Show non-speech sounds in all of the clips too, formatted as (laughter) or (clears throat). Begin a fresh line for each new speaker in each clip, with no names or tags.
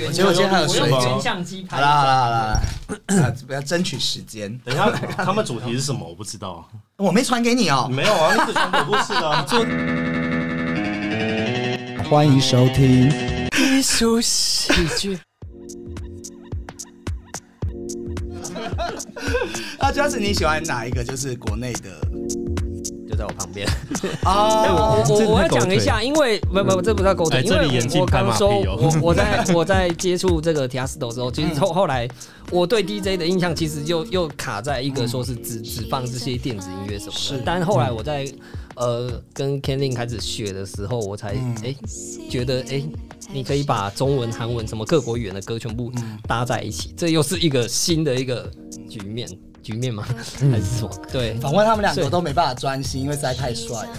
原
结果现在还有
我用
水饺
原相机拍
好
的。
啦好啦好啦，啊
(coughs)
不要争取时间。
等一下，他们主题是什么？我不知道。
我没传给你哦。
没有啊，一直讲鬼故事 (laughs) 的、啊。
欢迎收听，
艺术喜剧，
那啊就是你喜欢哪一个？就是国内的
就在我旁边。哎、
哦。
我
这
我我要
是狗
讲一
腿
下，因为不不，这不叫狗腿，
哎
因为
这里眼
我
镜
我刚
拍马
刚说，
屁哦
我我在我在接触这个提亚斯斗之后，其实后后来我对 DJ 的印象其实又又卡在一个说是只只放这些电子音乐什么的，
是
但后来我在呃跟 Kenlin 开始学的时候，我才哎、觉得哎。你可以把中文、韩文什么各国语言的歌全部搭在一起，这又是一个新的一个局面，局面吗？ (laughs) 还是什么？对，
访问他们两个
是
都没办法专心，因为实在太帅了。(laughs)
(laughs)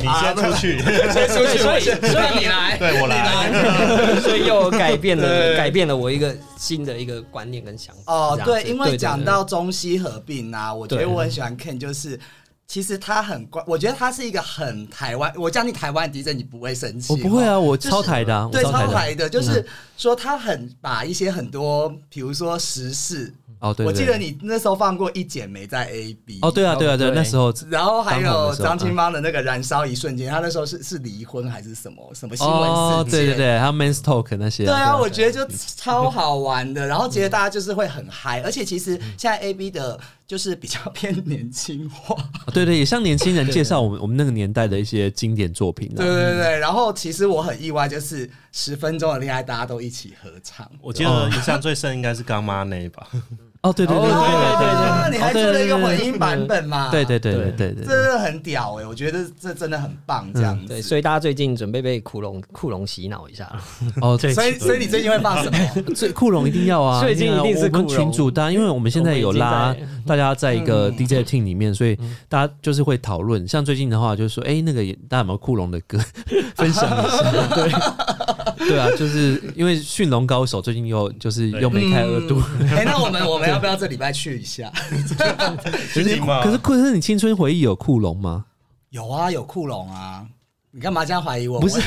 你先出 (laughs) 去，
对，所以所以你来，
对我来。
所以又改变了
对
改变了我一个新的一个观念跟想法。
哦
啊
这，样子
对，因为讲到中西合并啊，我觉得我很喜欢 Ken，就是其实他很关，我觉得他是一个很台湾，我叫你台湾 DJ，你不会生气，
我不会啊，我
就是
超台的、嗯啊，
对，
我
超
台的。
台的，就是说他很把一些很多，比如说时事，
哦，对，
我记得
你。
你那时候放过一剪梅在 A B，
哦，对啊，对啊，对啊
对，
那时候
然后还
当红
有
的时候
张清芳的那个《燃烧一瞬间》，他那时候是是离婚还是什么什么新闻
哦，
事件？
对对。对，还有 Men's Talk 那些啊。
对啊，我觉得就超好玩的，然后觉得大家就是会很
嗯
嗨，而且其实现在 A B 的就是比较偏年轻化，
哦对对，也向年轻人介绍我们我们那个年代的一些经典作品
对
啊。
对对。然后其实我很意外，就是十分钟的恋爱大家都一起合唱，
我记得印象最深应该是干妈那一把，
哦，对对对对
啊
对对对，
你还
哦对
做了一个
对对
混音版啊本嘛？
对对对对对对
这
对。
真的很屌哎、我觉得这真的很棒，这样子。
对，所以大家最近准备被库龙库龙洗脑一下了。
哦，对，
所以所以你最近会放
(laughs)
什么？
最库龙一定要啊！
最近一定是
我们
库
群
龙
主，但因为我们现在有
我
拉
们已
大家在一个
嗯
DJ team 里面，所以大家就是会讨论。像最近的话，就是说，哎，那个也大家有没有库龙的歌 (laughs) 分享一下？对，对啊，就是因为驯龙高手最近又就是又没开二度，
嗯哎、那我们我们要不要这礼拜去一下？
是你吗？
可是可是你青春回忆有库龙吗？
有啊，有库龙啊。你干嘛这样怀疑我？
不是，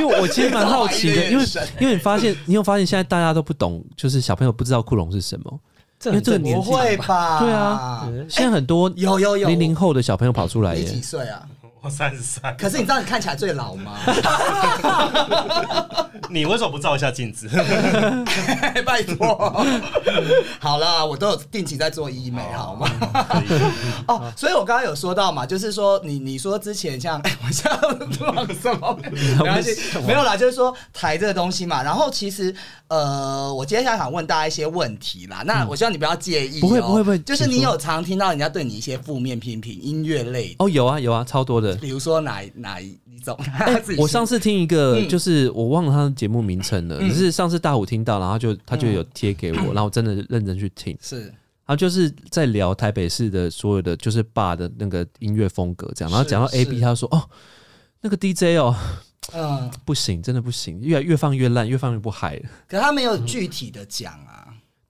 因为我其实蛮好奇的，
你
因为
的眼神
因为你发现，你有发现现在大家都不懂，就是小朋友不知道库龙是什么。
这
因为这个
很
年
我
纪
不会吧？
对啊，现在很多
哎有有有
零零后的小朋友跑出来
你
耶
几，岁啊？
我三十三。
可是你知道你看起来最老
(laughs)
吗？
你为什么不照一下镜子？
拜托，好啦，我都有定期在做医美，好吗？哦，所以我刚刚有说到嘛，就是说你你说之前像， (laughs) 哎、我像忘什
(laughs)
么？没关系，没有啦，就是说台这个东西嘛。然后其实呃，我今天想想问大家一些问题啦，那我希望你不要介意、哦
嗯不会不会不会
就是你有常听到人家对你一些负面批评，音乐类，
哦，有啊有啊，超多的。
比如说哪一哪一
(laughs)
种？自己
我上次听一个
嗯，
就是我忘了他的节目名称了，只是上次大虎听到，然后
嗯
就他就有贴给我，
(clears throat)
然后我真的认真去听，
是
他就是在聊台北市的所有的就是爸的那个音乐风格这样，然后
是
讲到 A
是
B，他就说哦，那个 DJ 哦
嗯，
不行，真的不行，越来越放越烂，越放越不嗨了。
可他没有具体的讲啊。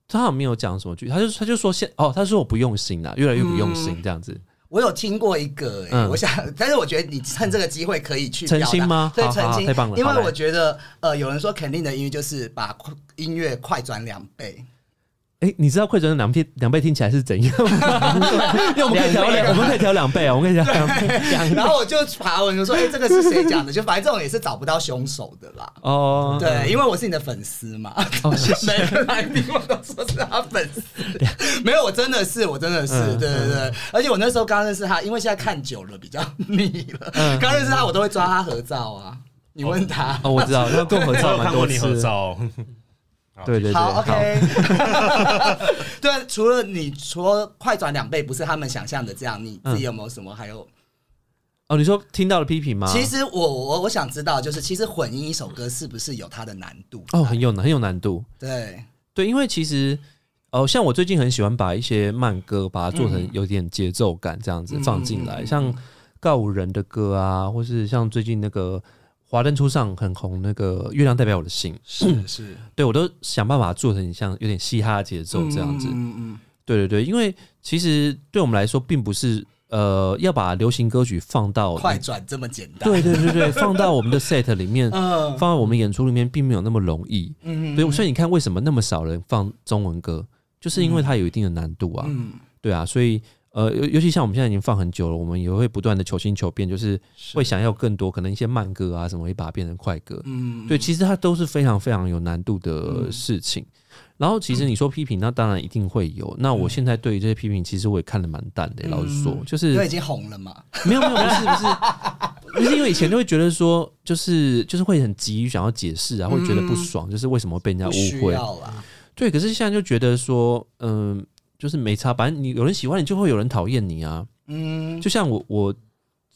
他好像没有讲什么剧，他就他就说现哦，他说我不用心啦，越来越不用心这样子。
我有听过一个、欸，
嗯
我想，但是我觉得你趁这个机会可以去
澄
表
清
达
吗
对，
好好
澄
好
清，
太棒了
因
好
为
来
我觉得，呃，有人说肯定的音乐就是把音乐快转两
(laughs)
倍，
哎、你知道快转的两倍两倍听起来是怎样吗？
(laughs)
因为我们可以调两，我们可以调两倍啊，我们可以调两倍。
然后我就爬文就说，哎、这个是谁讲的？就反正这种也是找不到凶手的啦。
哦，
对，因为我是你的粉丝嘛， (laughs)
哦，谢谢。
每个来宾我都说是他粉
(laughs)
丝，没有，我真的是，我真的是，
嗯
对对对，而且我那时候刚认识他，因为现在看久了比较腻
嗯
了，刚认识他我都会抓他合照啊，你问他，
哦，我知道，他跟我合
我
照
有
蛮
看过
多
你
次。
合照哦，
哦对对对，
好，OK。对， (laughs) 除了你除了快转两倍不是他们想象的这样，你自
嗯
己有没有什么？还有，
哦，你说听到了批评吗？
其实我我我想知道，就是其实混音一首歌是不是有它的难度？啊
哦，很有很有难度。
对，
对，因为其实哦，像我最近很喜欢把一些慢歌把它做成有点节奏感这样子
嗯
放进来，
嗯嗯
像告五人的歌啊，或是像最近那个。华灯初上很红，那个月亮代表我的心，
是是
对我都想办法做成像有点嘻哈节奏这样
嗯
子。
嗯嗯
对对对，因为其实对我们来说，并不是呃，要把流行歌曲放到
快转这么简单。
哦对对对对，放到我们
(laughs)
的 set 里面，
嗯
放到我们演出里面，并没有那么容易。
嗯
所以所以你看，为什么那么少人放中文歌，就是因为它有一定的难度啊。
嗯
对啊，所以呃，尤尤其像我们现在已经放很久了，我们也会不断的求新求变，就是会想要更多，可能一些慢歌啊什么，会把它变成快歌。
嗯，
对，其实它都是非常非常有难度的事情。然后，其实你说批评，那当然一定会有。那
嗯
我现在对于这些批评，其实我也看得蛮淡的、老实说，就是
因为已经红了嘛。
没有没有，不是不是，就是因为以前就会觉得说，就是就是会很急于想要解释啊，会觉得不爽，就是为什么被人家
不
误
需
会。
要啦。
对，可是现在就觉得说，嗯、就是没差，反正你有人喜欢你，就会有人讨厌你啊。
嗯，
就像我我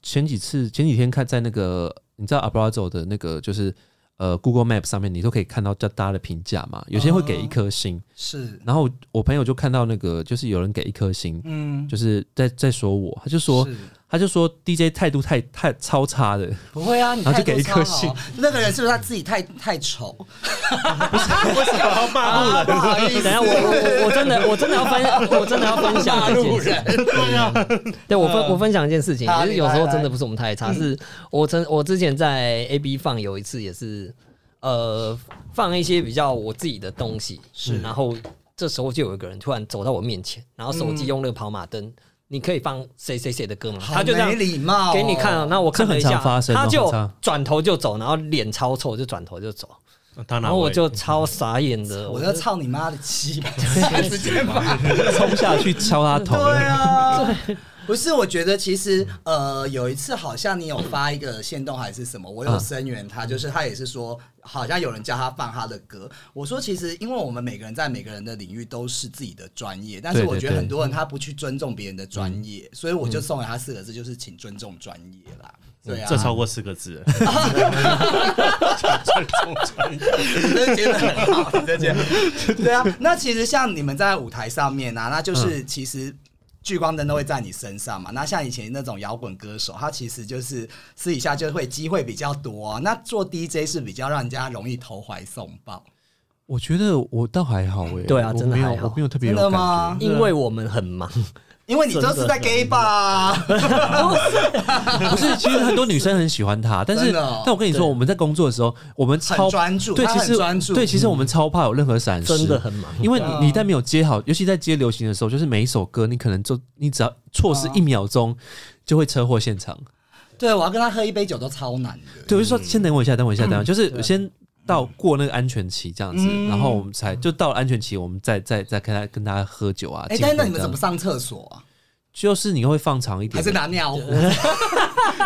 前几次前几天看在那个你知道 Abrazo 的那个就是呃 Google Map 上面，你都可以看到大家的评价嘛，有些会给一颗星，
是，
然后我朋友就看到那个就是有人给一颗星，
嗯，
就是在在说我，他就说
是
他就说 DJ 态度太太超差
(laughs)
的，
不会啊，你
然后就
态度
给一
超
颗
好
星。
那个人是不是他自己太太丑？
为什么要骂路
啊
人？
不好意思，
等一下我我我真的我真的要分我真的要分享
大
一件
路
事情
人，啊
对我分我分享一件事情，
好
就是
你
有时候
来
真的
来嗯
不是我们太差，是我曾我之前在 A B 放有一次也是，呃，放一些比较我自己的东西，是，然后这时候就有一个人突然走到我面前，然后手机用那个跑马灯，你可以放谁谁谁的歌吗？
嗯好
他就这样
没礼貌哦，
给你看啊，那我看了一
这很
下
常发，生哦
他就
很常
转头就走，然后脸超臭就转头就走，
他哪
然后我
位
就超傻眼的，
我
就
就操你妈的鸡
(laughs)
巴，直接骂。
冲下去敲他头。
对
(laughs)
啊，不是，我觉得其实呃，有一次好像你有发一个线动还是什么，我有
嗯
声援他，就是他也是说，好像有人叫他放他的歌。我说其实因为我们每个人在每个人的领域都是自己的专业，但是
对
我
对
觉得
对嗯
很多人他不去尊重别人的专业，所以我就送给他四个字，就是请尊重专业啦。对啊，
这超过四个 (laughs) 字，
你真的觉得很好，你真的觉
(laughs)
得对啊。那其实像你们在舞台上面啊，那就是
嗯
其实。聚光灯都会在你身上嘛？那像以前那种摇滚歌手，他其实就是私底下就会机会比较多、啊。那做 DJ 是比较让人家容易投怀送抱，
我觉得我倒还好哎、
对啊
我
真的
没有
还好
我没有特别
真的
有感觉。
吗？
因为我们很忙，
因为你都是在 gay 吧，
不是，其实很多女生很喜欢他，但是、
真的哦
但我跟你说，我们在工作的时候，我们超
(laughs) 很专注，
对，
他
其
很
实
专注，
对，其实我们超怕有任何闪失，
真的很忙。
因为
对啊
你你一旦没有接好，尤其在接流行的时候，就是每一首歌，你可能就你只要错
啊
失一秒钟，就会车祸现场。
对我要跟他喝一杯酒都超难的。
对，我就说先等我一下，等我一下，等
嗯
我一下，就是先到过那个安全期这样子，然后我们才就到了安全期，我们再再再跟他跟他喝酒啊。
嗯哎、
进
但是
入
那
这
你们
样
怎么上厕所啊？
就是你会放长一
还
点
是，拿尿壶？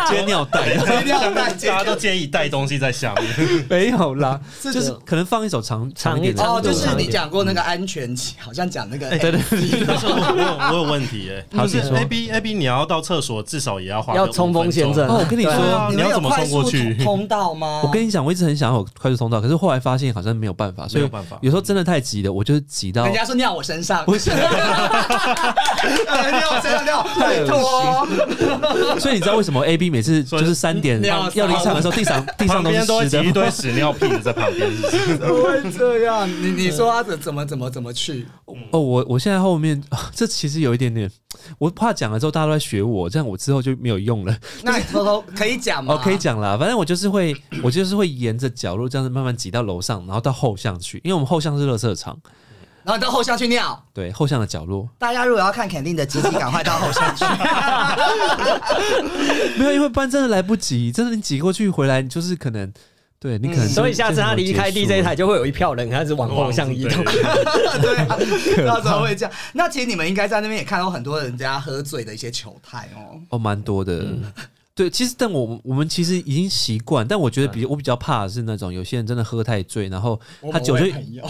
接尿袋
(laughs)
啊
一定要带
大家都建议带东西在下 (laughs) 面，
没有啦，
这
(laughs) 就是可能放一首长长一点的
长
哦，
歌
就
长
是
一
你
点
讲过那个安全期，好像讲那个，
对对对，
但是我我有我有问题哎，
好
不是
你说
A B A B，你要到厕所至少也要花个
要冲锋陷阵
哦，我跟你
对
说，
啊
你
你
们
要
有
怎么
快
冲过
速
去
通通道吗？
我跟你讲，我一直很想要有快速通道，可是后来发现好像没有办法，所
没
以
有办法
有时候真的太急了，我就是急到
人家说尿我身上，不 (laughs) 是尿我身上尿，拜托，
所以你知道为什么 A B 每次就是三点
所以
要要离场的时候，地上地上
旁
都是
边都会
湿
挤一堆
的。
屎尿屁的在旁边，是不是？
怎么会这样？你你说他怎怎么怎么怎么去？
哦，我我现在后面啊这其实有一点点，我怕讲了之后大家都在学我，这样我之后就没有用了。
那你偷偷可以
嗯
讲吗？
哦，可以。讲啦，反正我就是会，我就是会沿着角落这样子慢慢挤到楼上，然后到后巷去，因为我们后巷是垃圾场，
然后你到后巷去尿。
对，后巷的角落。
大家如果要看肯定的鸡鸡，赶快到后巷去。
没有，因为不然真的来不及，真的你挤过去回来，你就是可能，对你可能就、
所以嗯下次他离开
就没有结
DJ
束
台，就会有一票人开始往后向移动。
(laughs) 对啊，到时候会这样。那其实你们应该在那边也看到很多人家喝醉的一些糗态哦。
哦，蛮多的。
嗯
对，其实但我我们其实已经习惯，但我觉得比我比较怕的是那种有些人真的喝太醉，然后他酒
我某
就
位朋友，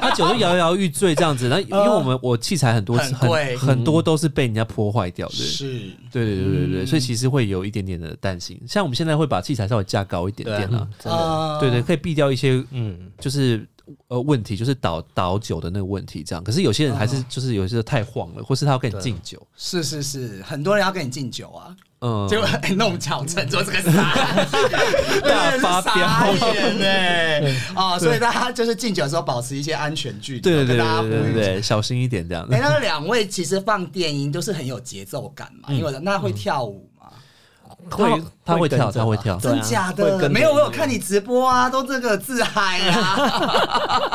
他酒就摇摇欲坠这样子，然后因为我们、我器材很多
呃很贵
很很多都是被人家破坏掉的，
是嗯
对对对对对，所以其实会有一点点的担心。像我们现在会把器材稍微架高一点点 (laughs) 啦，
真的
啊
对对，可以避掉一些
嗯，
就是呃问题，就是倒倒酒的那个问题，这样。可是有些
啊
人还是就是有些太晃了，或是他要跟你敬酒，
是是是，很多人要跟你敬酒啊，
哦
嗯，
结果、哎弄巧成拙，这个
(laughs)
傻， (laughs) 大
发飙
哎！
(laughs)
啊，所以大家就是敬酒的时候保持一些安全距离，哦
对对对
跟大家呼
对对
吁
对对，小心一点这样。
哎、那两位其实放电音都是很有节奏感
嗯
嘛，因为那会跳舞嘛，
会
他会
跟
跳
着
他会
吧
跳
对啊
真假
会
的？
跟着
没有，我有看你直播啊，都这个自嗨
(laughs)
啊，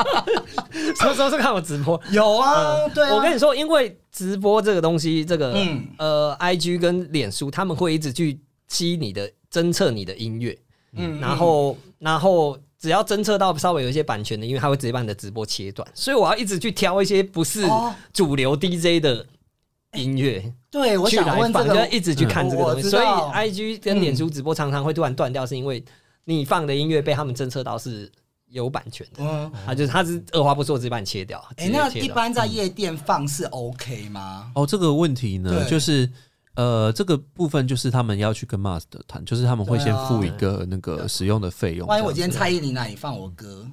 什么时候是看我直播？
有啊，对啊，
嗯我跟你说，因为直播这个东西，这个、
嗯
呃，IG 跟脸书他们会一直去吸你的侦测你的音乐，
嗯
然后然后只要侦测到稍微有一些版权的音乐，它会直接把你的直播切断，所以我要一直去挑一些不是
哦
主流 DJ 的音乐。
对，我
去
想
来
问这
访，
个
就一直去看这
嗯
个
我
东西，
知
所以
道嗯
IG 跟脸书直播常常会突然断掉，是因为你放的音乐被他们侦测到是有版权的，
嗯，
啊，就是他是二话不说直接把你切掉。
哎、
直接
那
切嗯
一
掉
般在夜店放是 OK 吗？
哦，这个问题呢，
对
就是呃，这个部分就是他们要去跟 Master 谈，就是他们会先付一个那个使用的费用。
啊万一我今天
这样子啊嗯
蔡依林那里放我歌，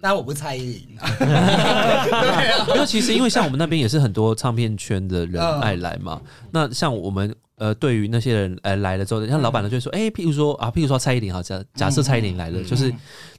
但我不是蔡依林、
(laughs)
啊，对啊，
因为其实因为像我们那边也是很多唱片圈的人
嗯
爱来嘛，那像我们。呃，对于那些人呃来了之后，
嗯
像老板呢就会说，哎、譬如说啊，譬如说蔡依林好，假假设蔡依林来
嗯
了，就是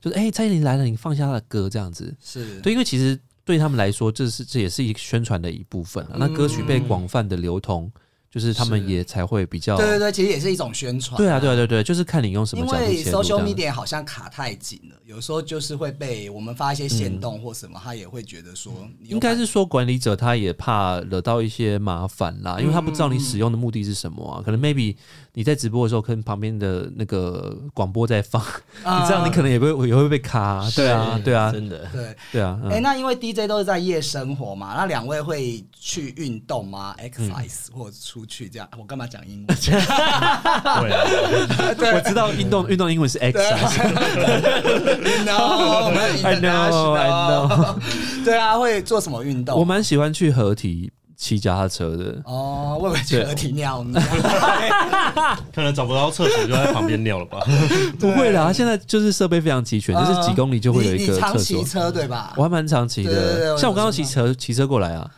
就是哎、蔡依林来了，你放下她的歌这样子，
是，
对，因为其实对他们来说，这是这也是一个宣传的一部分啊。
嗯
那歌曲被广泛的流通，就是他们也才会比较
对对对，其实也是一种宣传，
啊对啊，对啊，对对，就是看你用什么
因
角度
为
切入这
social
样。
media 好像卡太紧了，有时候就是会被我们发一些限动或什么，他也会觉得说，你有
嗯应该是说管理者他也怕惹到一些麻烦
嗯
啦，因为他不知道你使用的目的是什么啊。可能 maybe 你在直播的时候，跟旁边的那个广播在放，
啊
(laughs) 你这样你可能也会也会被卡啊、对啊，对啊，
真的。 (laughs)
对。
对啊。
哎、
嗯
那因为 DJ 都是在夜生活嘛，那两位会去运动吗？exercise、或者
嗯
出去这样？我干嘛讲英文？
(laughs)
对啊，
我知道运动运动英文是
啊 (laughs)
exercise，
(laughs) no，我们
(laughs) I know, I
international (laughs) 对啊，会做什么运动？
我蛮喜欢去合体骑脚踏车的。
哦，我以为去合体尿呢。
可能找不到厕所就在旁边尿了吧？
(laughs) 不会啦，现在就是设备非常齐全，就是几公里就会有一
嗯你
个
你常
厕
骑
所。
车对吧？
我还蛮常骑
对对对
的，
我
像我刚刚
有时
骑
候
车骑车过来啊，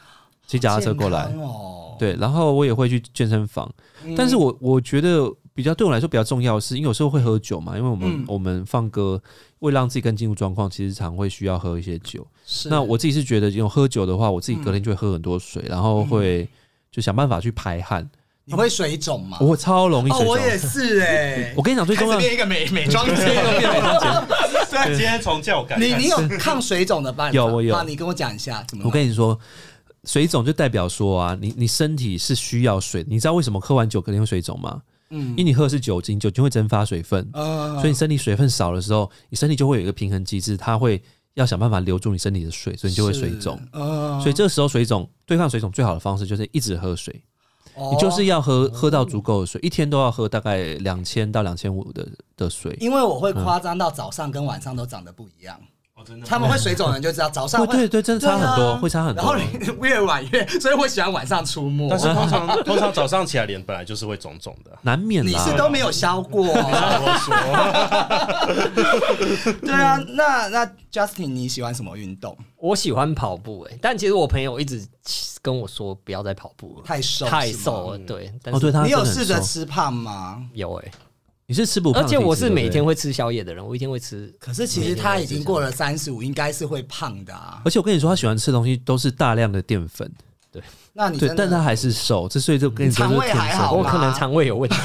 骑脚踏车过来
健，康嗯哦。
对，然后我也会去健身房，但是我我觉得比较对我来说比较重要的是，因为有时候会喝酒嘛，因为我们、
嗯
我们放歌为了让自己更进入状况，其实常会需要喝一些酒。
是
那我自己是觉得，用喝酒的话，我自己隔天就会喝很多水，然后
嗯
会就想办法去排汗，
你会水肿吗？
我超容易水
哦，
肿。
我也是哎。
(laughs) 我跟你讲最重要
开始变一个美 (laughs) 美妆
(laughs)
节
今天从教改，
你你有抗水肿的办法？
有我有
啊你跟我讲一下怎么办？
我跟你说，水肿就代表说啊，你你身体是需要水的。你知道为什么喝完酒肯定会水肿吗？
嗯
因为你喝的是酒精，酒精会蒸发水分，
呃
所以你身体水分少的时候，你身体就会有一个平衡机制，它会要想办法留住你身体的水，所以你就会水肿。
呃
所以这个时候水肿对抗水肿最好的方式就是一直喝水，
哦
你就是要喝喝到足够的水，一天都要喝大概两千到两千五的的水。
因为我会
嗯
夸张到早上跟晚上都长得不一样，
哦真的
他们会水肿的人就知道早上会
对嗯对对，真的差很多，
对啊
会差很
(laughs) 然后
多。
你 (laughs) 越晚越，所以我喜欢晚上出没
但。是通常通常早上起来脸本来就是会肿肿的。
难免
你是
啦，
都没有消
(laughs)
过，
我说，
(laughs) 对啊。那那 Justin，你喜欢什么运动？
我喜欢跑步、哎，但其实我朋友一直跟我说不要再跑步了，
太瘦，嗯
太瘦。了，对，但
哦，对，
是
他
你有
真的很
试着
瘦，
吃胖吗？
有哎、
你是吃不胖
而
的体
且
质，
我是
对不
每
对
天会吃宵夜的人，我一天会吃，
可是其实他已经过了三十五，应该是会胖的啊。
而且我跟你说，他喜欢吃的东西都是大量的淀粉，
那你
对
真，
但他
的
还是瘦，这所以就跟你说
肠
是
胃
天
还
生
好
我
的
可能肠胃有问题。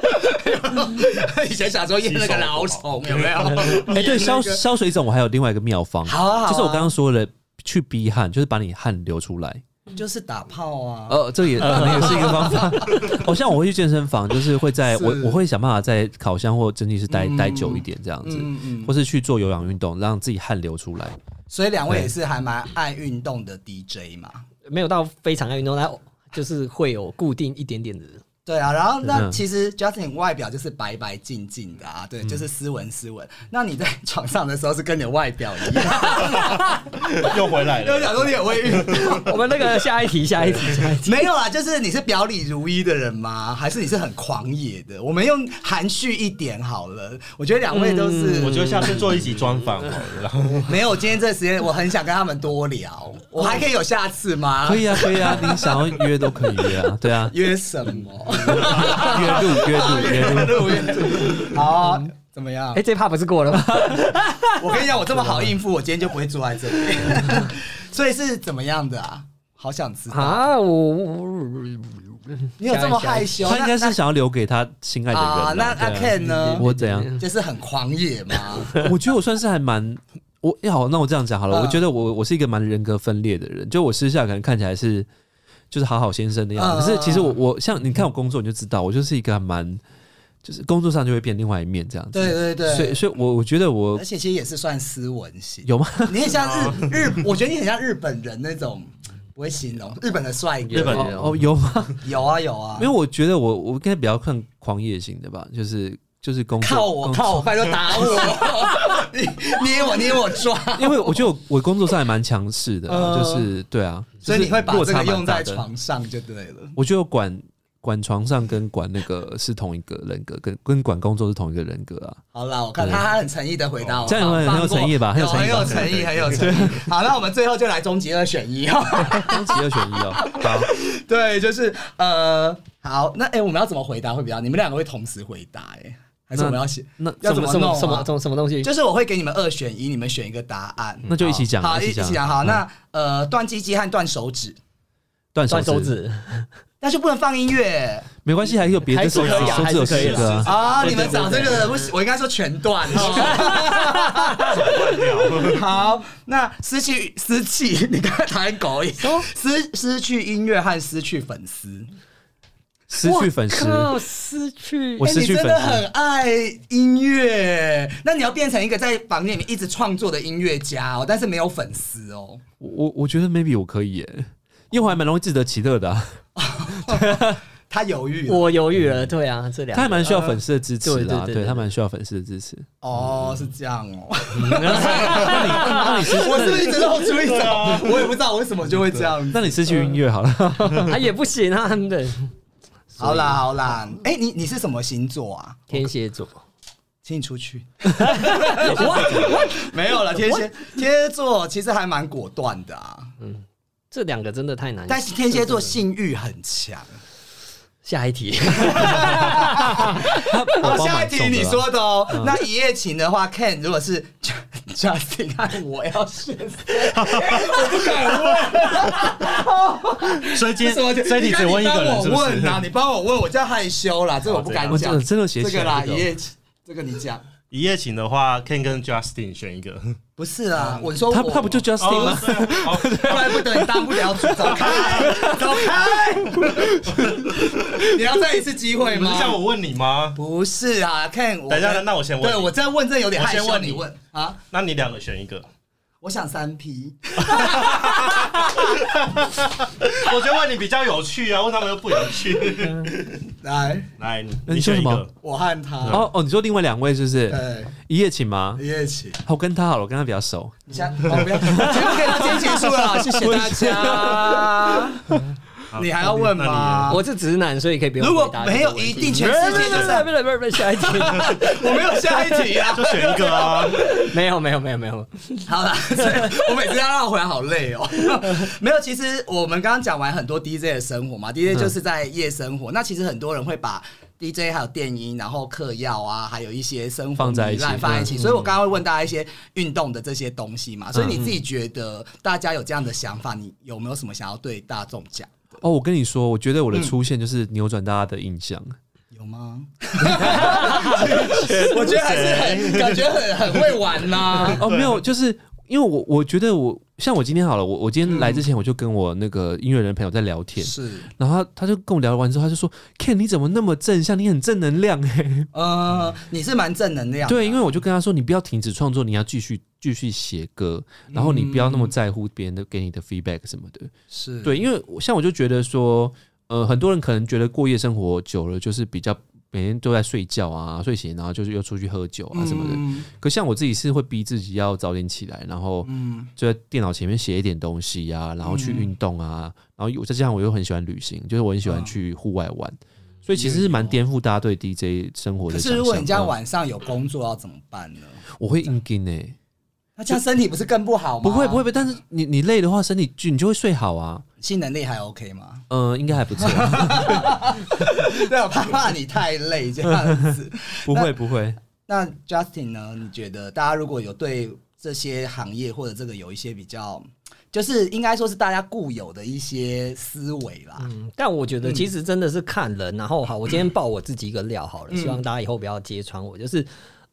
(laughs) 以前小时候演那个老虫有没有？
哎、对，消消水肿，我还有另外一个妙方，
好啊好啊
就是我刚刚说的去逼汗，就是把你汗流出来。
就是打炮啊。
呃，
(laughs)
这也可能也是一个方法。好、像我会去健身房，就是会在我
是
我会想办法在烤箱或蒸汽室待、待久一点这样子，
嗯嗯，
或是去做有氧运动，让自己汗流出来。
所以两位也是还蛮爱运动的 DJ 嘛。
没有到非常爱运动，但就是会有固定一点点的。
对啊，然后那
嗯
其实 Justin 外表就是白白净净的啊，对，就是斯文斯文。那你在床上的时候是跟你的外表一样，
又回来
就
了。
想说你也会运动，
我们那个下一题，下一题，下一题。
(laughs) 没有啦，啊就是你是表里如一的人吗？还是你是很狂野的？我们用含蓄一点好了，我觉得两位都是，
嗯我觉得下次做一集专访好了，然后
(laughs)
没有。今天这个时间，我很想跟他们多
哦
聊，我还可以有下次吗？ (laughs)
可以啊，可以啊，你想要约都可以约啊，对啊。
约什么？
(laughs) 约路约路约路，
录音好，怎么
(laughs)
样
哎、？这趴不是过了 (laughs) 吗？
我跟你讲，我这么好应付，我今天就不会坐在这
(laughs)
里。所以是怎么样的啊？好想知道，
啊，我我
你 (laughs) 有这么害羞？
他应该是想要留给他心爱的人
啊
啊。。
那
对
阿
啊
Ken 呢？
我怎样？
就是很狂野
(laughs)
嘛。 (laughs)
我觉得我算是还蛮。我哎好，那我这样讲好了。
嗯
我觉得我我是一个蛮人格分裂的人，就我私下可能看起来是就是好好先生的样
嗯
子，可是其实我我像你看我工作你就知道，我就是一个还蛮就是工作上就会变另外一面这样子。
对对
所以
对，
所以我我觉得我
而且其实也是算斯文型。 (laughs)
有吗？
你很像日
(laughs)
日，我觉得你很像日本人那种，不会形容日本的帅哥。
日本人
哦哦有吗？
有啊有啊
因为，我觉得我我应该比较看狂野型的吧，就是就是工作
靠我
工
靠我，快点打我！ (laughs) 你捏我捏我抓，
因为我觉得我我工作上还蛮强势的啊、
嗯
就是对啊，
所以你会把
就是
这个
落差蛮
用在
大的
床上就对了。
我觉得我管管床上跟管那个是同一个人格，跟跟管工作是同一个人格啊。
(laughs)
好啦，我看
对
他他很诚意的回答我，
这样有没有
放
很有
过
诚意吧很有诚意吧
很有诚意，很有诚
(laughs)
意。好，那我们最后就来终极二选一哦。
当极二选一哦，好，
对，就是呃，好，那哎、我们要怎么回答会比较？你们两个会同时回答、哎，还是我们要写？
那
什
要怎
么
么
什
弄
么
啊
什么什么什么东西？
就是我会给你们二选一，你们选一个答案，
那就一起讲
好，
一
一
起讲嗯
起讲。好，那呃，断鸡鸡和断手指，
断
断
手
手指，
那就不能放音乐
没关系，还有别的
还是
手指
可以啊
手指有
还是可以
十个啊。
啊！你们
对
找这个不行，我应该说全
(laughs)
断。
断掉。
(laughs) 好，那失去失去， (laughs) 你刚才谈狗一失失去音乐和失去粉丝。
失去粉丝，
靠，失去
我
哎，
失
你
去
真
粉
的很
丝。
爱音乐，那你要变成一个在房间里面一直创作的音乐家哦，但是没有粉丝哦。
我我我觉得 maybe 我可以耶，因为我还蛮容易自得其乐的啊，
他犹豫了
我犹豫了，对啊，这两
他还蛮需要粉丝的支持
对对
啦，
对对
对他蛮需要粉丝的支持。
哦，是这样哦。
嗯那你那你失
我是不是一
去
直露出一种，
啊
我也不知道为什么就会这样
那
子。
你失去音乐好了，
(laughs) 啊也不行啊，对，
好啦好啦，哎，你你是什么星座啊？
天蝎 (laughs) 座，
请你出去。 (laughs) 没有了，天蝎天蝎座其实还蛮果断的啊，
这两个真的太难。
但是天蝎座性欲很强。
下一 (laughs) 题，
好，
我帮
下一
忙
题你
送的啊啦
说的哦。那一夜情的话，Ken 如果是 (laughs) Justin 和我要选谁，我不敢问。
所以今
什么？
天这一题只问一个人，
你
是不
帮我问啊
是？
呐，你帮我问，我就害羞啦，这个我不敢
我真
讲
的。真的写
这
起来
个啦，一
这个
夜情，这个你讲。
一夜情的话，Ken 跟 Justin 选一个。
不是啊，我说
他
我
他不就 Justin 吗？
哦
(laughs)
对哦
怪不得你当不了主，走开，走开！你要再一次机会
你不是
吗？
叫我问你吗？
不是啊，Ken，我
等一下那我先问
对我这问这有点害羞，
我先问你
你问啊。
那你两个选一个。
我想三 P，
我觉得问你比较有趣啊，问他们又不有趣。
来，
来，你
那你
你选一
说什
个
么。
我和他，哎
哦哦，你说另外两位是不是
对，
一夜情吗？
一夜情。
我跟他好了，我跟他比较熟。
你想，哦不
(laughs)
要，节目可以到今天结束了，谢谢大家。
好
你还要问吗
那你
(laughs) 我是直男，所以可以不用
如果
回答这个
没有
问题
一定全世界就
不
是，
不不不，下一题。
我没有下一题啊。
就选一个
(laughs)
啊。
没有没 (laughs) 有没有没有，
好啦， (laughs) 所以我每次要绕回来好累哦。 (laughs) 没有，其实我们刚刚讲完很多 DJ 的生活嘛，DJ
嗯
就是在夜生活。那其实很多人会把 DJ 还有电音，然后嗑药啊，还有一些生活
放在一起
糜烂放在一起。
嗯
所以我刚刚会问大家一些运动的这些东西嘛。所以你自己觉得大家有这样的想法，你有没有什么想要对大众讲？
哦，我跟你说，我觉得我的出现就是扭转大家的印象。
有吗？ (laughs) 我觉得还是很感觉很很会玩呐、
哦，没有，就是因为我我觉得我像我今天好了，我我今天来之前我就跟我那个音乐人朋友在聊天，
是，
然后他他就跟我聊完之后，他就说：“Ken，你怎么那么正向？你很正能量哎、
呃，你是蛮正能量的。
对，因为我就跟他说，你不要停止创作，你要继续继续写歌，然后你不要那么在乎别人的给你的 feedback 什么的。
是
嗯对，因为我像我就觉得说，呃，很多人可能觉得过夜生活久了就是比较每天都在睡觉啊、睡醒，然后就是又出去喝酒啊什么的。
嗯
可像我自己是会逼自己要早点起来，然后
嗯
就在电脑前面写一点东西啊，然后去运动啊，然后我再加上我又很喜欢旅行，就是我很喜
嗯
欢去户外玩，所以其实是蛮颠覆大家对 DJ 生活
可
的想象。
是如果你这样
嗯，
晚上有工作要怎么办呢？
我会硬跟诶、
嗯那那这样身体不是更不好吗？
欸不会不会，不，会，但是你你累的话，身体就你就会睡好啊。
性能力还 OK 吗？ (laughs)
嗯，应该还不错，
对，啊我怕怕你太累这样子。
不会不会。
那 Justin 呢？你觉得大家如果有对这些行业或者这个有一些比较，就是应该说是大家固有的一些思维啦。
嗯，但我觉得其实真的是看人。然后好，我今天爆我自己一个料
嗯
好了，希望大家以后不要揭穿我。就是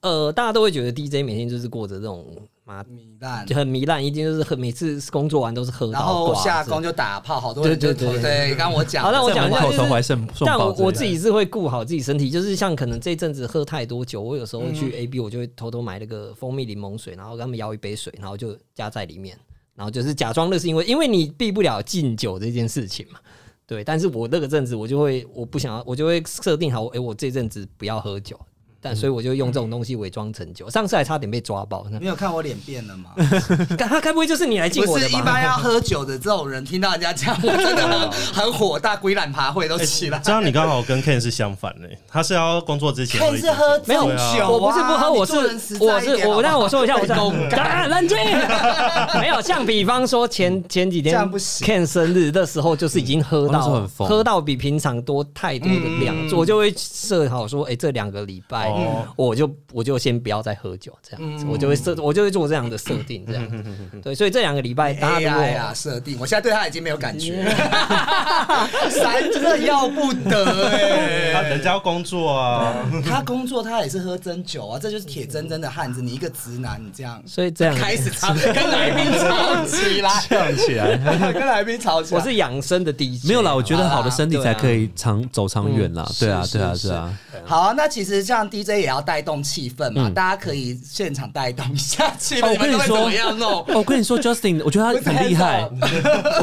呃，大家都会觉得 DJ 每天就是过着这种妈
米烂
就，很糜烂，一定就是很每次工作完都是喝
然
到
后
挂
下
这样
工就打炮，好多人就
对对
投
对
对，刚刚我讲的，
好那我
在
讲
门
一下
口
就是
投怀送送
但
报
我
之类
我
的
自己是会顾好自己身体，就是像可能这阵子喝太多酒，我有时候去
嗯
A B 我就会偷偷买那个蜂蜜柠檬水，然后跟他们摇一杯水，然后就加在里面，然后就是假装那是因为因为你避不了禁酒这件事情嘛，对。但是我那个阵子我就会我不想要，我就会设定好，哎、我这阵子不要喝酒，但所以我就用这种东西伪装成酒。上次还差点被抓包，
你有看我脸变了吗？
(laughs) 干他该不会就是你来禁
不
我
是
的
一般
吧？
要喝酒的这种人，听到人家讲，我真的 (laughs) 很很火大，鬼懒爬会都起来。
哎这样你刚好跟 Ken 是相反呢、他是要工作之前
看
一
是
点
喝
没有
这种酒啊，
我不是不喝，
你
我是
做人实在
我
一
是
点好
我，
不
让
好
我说一下，我是 (laughs)
公干
啊冷静。没有，像比方说前前几天
这样不行
Ken 生日的时候，就是已经喝
我那时候
到
很疯
喝到比平常多太多的量，
嗯
我就会设好说，哎，这两个礼拜
哦
我就我就先不要再喝酒，这样子，
嗯
我就会设，我就会做这样的设定，这样子。对，所以这两个礼拜大家如
AI 啊
果
设定，我现在对他已经没有感觉，三真的要不得哎、
他人家要工作
(laughs)
啊，
他工作他也是喝真酒啊，这就是铁铮铮的汉子。你一个直男，你这样
所以这样
(laughs) 开始吵，跟来宾吵起来，
呛起来。
跟来宾吵起来。
我是养生的 DJ，
没有啦，我觉得好的身体
对啊嗯
才可以长走长远啦。对啊，
是
对啊，
是
对啊。
好、啊，那其实像 DJ 也要带动气氛嘛，
嗯
大家可以现场带动一下气氛。
哦我跟
你
你
们都
说
会怎么样弄？
哦，我跟你说，Justin，我觉得他很厉害
不。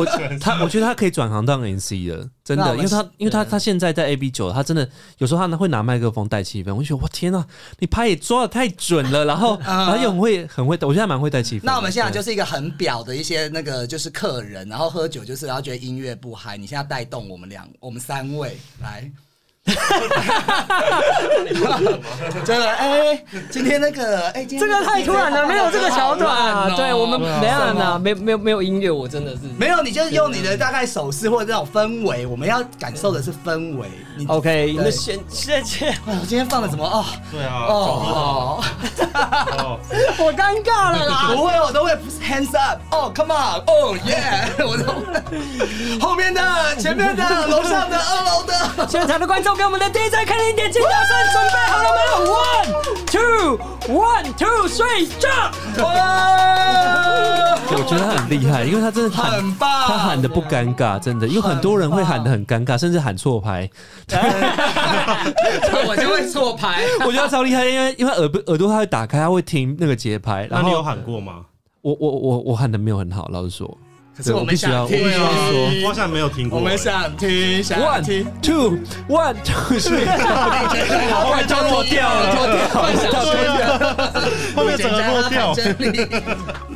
我他，我觉得他可以转行当 MC 了，真
那我
的，
们
因为他，因为他，他现在在 AB 九，他真的有时候他会拿麦克风带气氛，我就觉得哇天啊，你拍也抓的太准了，然后然后又很会很会，我觉得他蛮会带气氛
嗯
的。
那我们现在就是是一个很表的一些那个就是客人，然后喝酒就是然后觉得音乐不嗨，你现在带动我们两我们三位 (laughs) 来。真的哎、今天那个哎、今天
这个太突然了，没有这个桥段
好
啊！
乱哦
对我们没有
什么
呢，没没有没有音乐，我真的是
没有，你就是用你的大概手势或者那种氛围，我们要感受的是氛围。你
OK。
对
那先谢谢，
哎我哦今天放的什么哦
对啊，
哦，
哦，
我尴尬了啦。
不会，我都会 hands up，哦、c o m e on，哦、yeah，我 (laughs) 都后面的、前面的、楼上
(laughs)
的、二楼的，
现场的观众给我们的 DJ 看一点尖叫声，准备好了没有？One two one two three jump！
哇，
我觉得他很厉害，因为他真的喊
很棒
他喊的不尴尬，真的，有很多人会喊的很尴尬，甚至喊错拍。
我就会错
(laughs)
牌。
我觉得他超厉害，因为因为耳不耳朵他会打开，他会听那个节拍，
那
然
你有
后
喊过吗？
我我我我喊的没有很好，老实说。
可是我们想听，
对我必须要我必须要说
我好像没有听过、哎
我啊们想听，想
One
听。
two one two (laughs) three，
好快
就落掉了
落掉了，
想
(laughs)
对啊，后面整个落掉。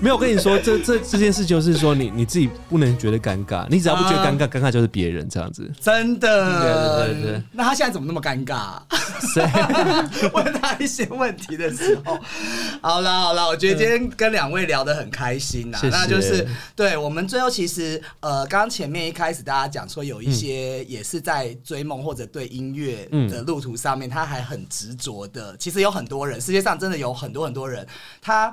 没有我跟你说，
(laughs)
这这这件事就是说你你自己不能觉得尴尬，你只要不觉得
啊
尴尬，尴尬就是别人这
(laughs)
样子。
真的，
对对对对
那他现在怎么那么尴尬、
谁？
(laughs) 问他一些问题的时候，好啦好啦，我觉得今天跟两位聊得很开心呐、
谢谢
那就是对我们最后其实呃，刚刚前面一开始大家讲说有一些
嗯
也是在追梦或者对音乐的路途上面，他还很执着的。其实有很多人，世界上真的有很多很多人，他。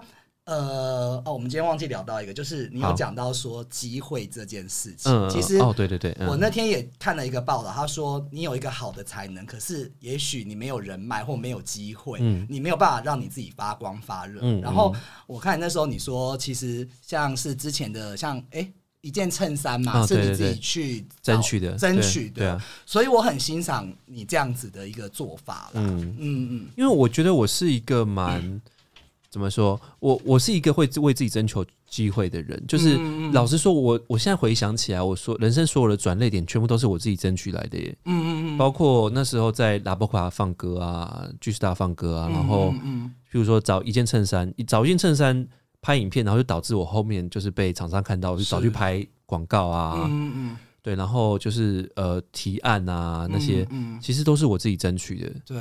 呃，哦，我们今天忘记聊到一个，就是你有
好
讲到说机会这件事情。
嗯，
其实
哦，对对对，嗯
我那天也看了一个报道，他说你有一个好的才能，可是也许你没有人脉或没有机会，
嗯
你没有办法让你自己发光发热。
嗯
然后我看那时候你说，其实像是之前的像哎、诶一件衬衫嘛，
啊
是你
对对
自己
对
去找
争取的，
哦争
对
取的，
对啊，
所以我很欣赏你这样子的一个做法啦。嗯
嗯，
嗯
因为我觉得我是一个蛮。怎么说？我我是一个会为自己征求机会的人，就是、
嗯嗯嗯
老实说我，我现在回想起来，我说人生所有的转捩点，全部都是我自己争取来的耶。
嗯嗯嗯，
包括那时候在拉波卡放歌啊，巨石大放歌啊，然后
嗯嗯
譬如说找一件衬衫，找一件衬衫拍影片，然后就导致我后面就是被厂商看到，我就是找去拍广告啊，
嗯嗯，
对，然后就是呃提案啊那些，
嗯嗯
其实都是我自己争取的。
对。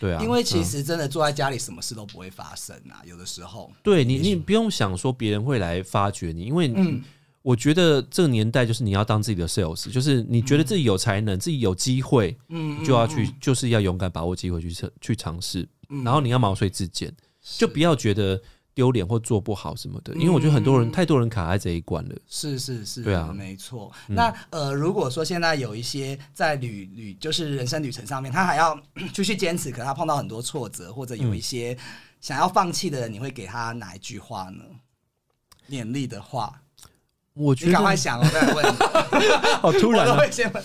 对啊，
因为其实真的坐在家里，什么事都不会发生啊。有的时候，
对你，你不用想说别人会来发掘你，因为
嗯
我觉得这个年代就是你要当自己的 sales，就是你觉得自己有才能，自己有机会，
嗯，
你就要
嗯
去，就是要勇敢把握机会去测去尝试，然后你要毛遂自荐，就不要觉得丢脸或做不好什么
嗯
的，因为我觉得很多人太多人卡在这一关了。
是是是，
对啊
没错。那呃，如果说现在有一些在旅旅，就是人生旅程上面，他还要 (clears throat) 继续坚持，可他碰到很多挫折，或者
嗯
有一些想要放弃的人，你会给他哪一句话呢？勉励的话，
我觉
你赶快
得
想哦，我再来问你。
好 (laughs) 突
我
然
都
啊，
会先问。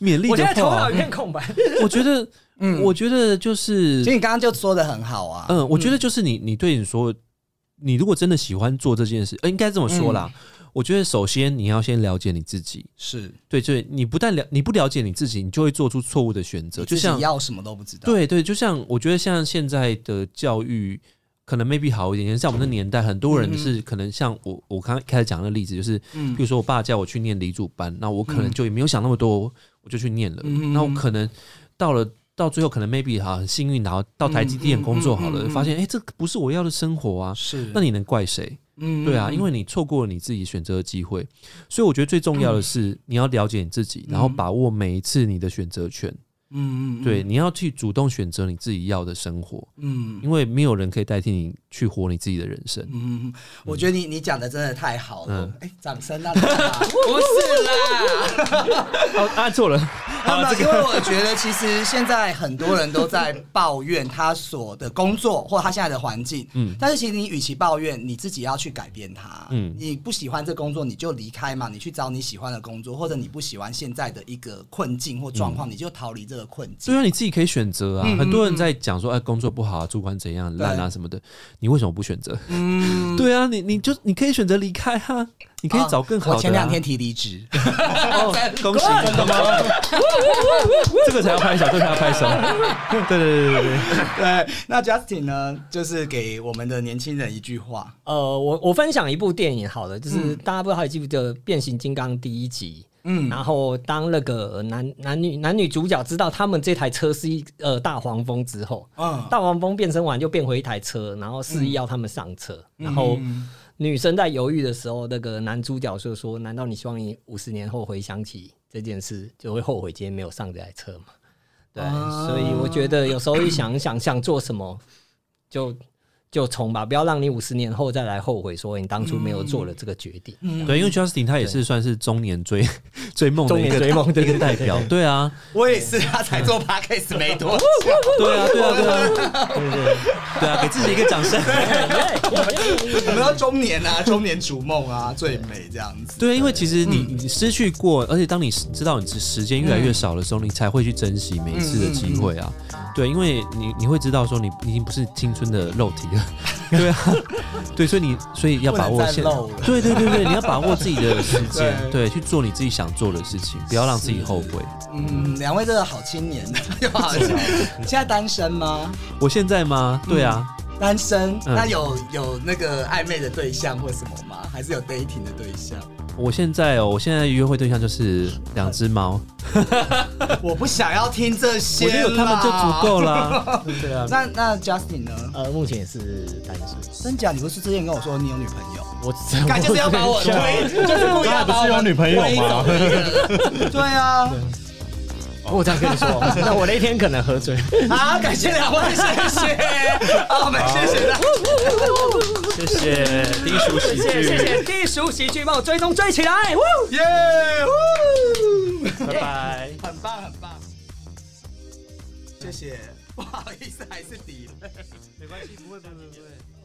勉励
我现在
的
头
啊
话
脑一，片空白。
啊我
(laughs)
觉得，
嗯
我觉得就
其
是
实，你刚刚就说的很好啊，
嗯，我觉得就是你，你对你说，你如果真的喜欢做这件事，呃，应该这么说啦。
嗯
我觉得首先你要先了解你自己，
是，
对，就是你不但了你不了解你自己，你就会做出错误的选择，
你
就
自己
像
要什么都不知道。，
对对，就像我觉得像现在的教育可能 maybe 好一点，像我
嗯
们的年代，很多人是可能像我我刚开始讲的例子，就是比
嗯
如说我爸叫我去念理主班，那我可能就也没有想那么多，我就去念了。
嗯
那我可能到了。到最后可能 maybe 哈很幸运，然后到台积电工作好了，
嗯嗯嗯嗯
发现哎、诶这不是我要的生活啊，
是，
那你能怪谁？
嗯
对啊，因为你错过了你自己选择的机会，所以我觉得最重要的
嗯
是你要了解你自己，然后把握每一次你的选择权。
嗯嗯，
对，你要去主动选择你自己要的生活，
嗯。
因为没有人可以代替你去活你自己的人生。
嗯，我觉得你你讲的真的太好了
嗯，
哎、掌声啊！大家
不是啦，
哦，
啊
按错了，
那么，因为我觉得其实现在很多人都在抱怨他所的工作 (laughs) 或他现在的环境，嗯，但是其实你与其抱怨，你自己要去改变它，嗯
嗯，
你不喜欢这工作你就离开嘛，你去找你喜欢的工作，或者你不喜欢现在的一个困境或状况，你就逃离这个困境
对。啊，你自己可以选择啊。很多人在讲说，哎，工作不好啊，主管怎样烂啊什么的，你为什么不选择？
嗯，
(laughs) 对啊，你你就你可以选择离开啊，你可以找更好的啊。
哦我前两天提离职， (laughs)
哦，恭喜，真的吗？ (laughs) 这个才要拍手，这个才要拍手。对对对对对，
对，那 Justin 呢，就是给我们的年轻人一句话，
呃，我我分享一部电影好了，就是大家不知道还记不记得《变形金刚》第一集？
嗯
然后当那个男男女男女主角知道他们这台车是一呃大黄蜂之后，
嗯，
大黄蜂变身完就变回一台车，然后示意要他们上车，
嗯
然后女生在犹豫的时候，那个男主角就说：“难道你希望你五十年后回想起这件事，就会后悔今天没有上这台车吗？”对，
啊
所以我觉得有时候一想想想做什么，就就冲吧，不要让你五十年后再来后悔说你当初没有做了这个决定。
对，因为 Justin 他也是算是中年追 (laughs) 追梦的
中
一
年
个
追梦对
一
对
个代表。对啊，
我也是，他才做 podcast 没多久，
对啊，对啊，对啊，对啊，给自己一个掌声。
嗯
我们要中年啊，中年逐梦啊，最美这样子。
对，因为其实你
嗯
你失去过，而且当你知道你时时间越来越少的时候，你才会去珍惜每一次
嗯
的机会啊。对，因为你你会知道说你已经不是青春的肉体了， (laughs) 对啊，对，所以你所以要把
不
握
能再
现
露了，，
对对对对，你要把握自己的时间
(laughs)
对，去做你自己想做的事情，不要让自己后悔。
嗯，两位真的好青 (laughs) 年，又好青年。你现在单身吗？
我现在吗？对啊，
单身，
嗯
那有有那个暧昧的对象或什么吗？还是有 dating 的对象？
我现在哦，我现在约会对象就是两只猫，
(laughs) 我不想要听这些，
我觉得有他们就足。够啦。
对啊，
(laughs) 那那 Justin 呢？
呃，目前也是单身，
真假？你不是之前跟我说你有女朋友？
我
感就是要把我推，就是故意要把我
刚才不是有女朋友吗
推走？对 (laughs) 啊，
我这样跟你说，那我那天可能喝醉。
好，啊感谢两位，谢谢， (laughs) 好，我们谢谢大家。
谢谢低俗
(laughs)
喜剧，
谢谢谢低俗喜剧，帮我追踪追起来，呜！
耶！呜
拜拜。
很棒，很棒。谢谢，不好意思，还是底了。
没关系，不会不会不会。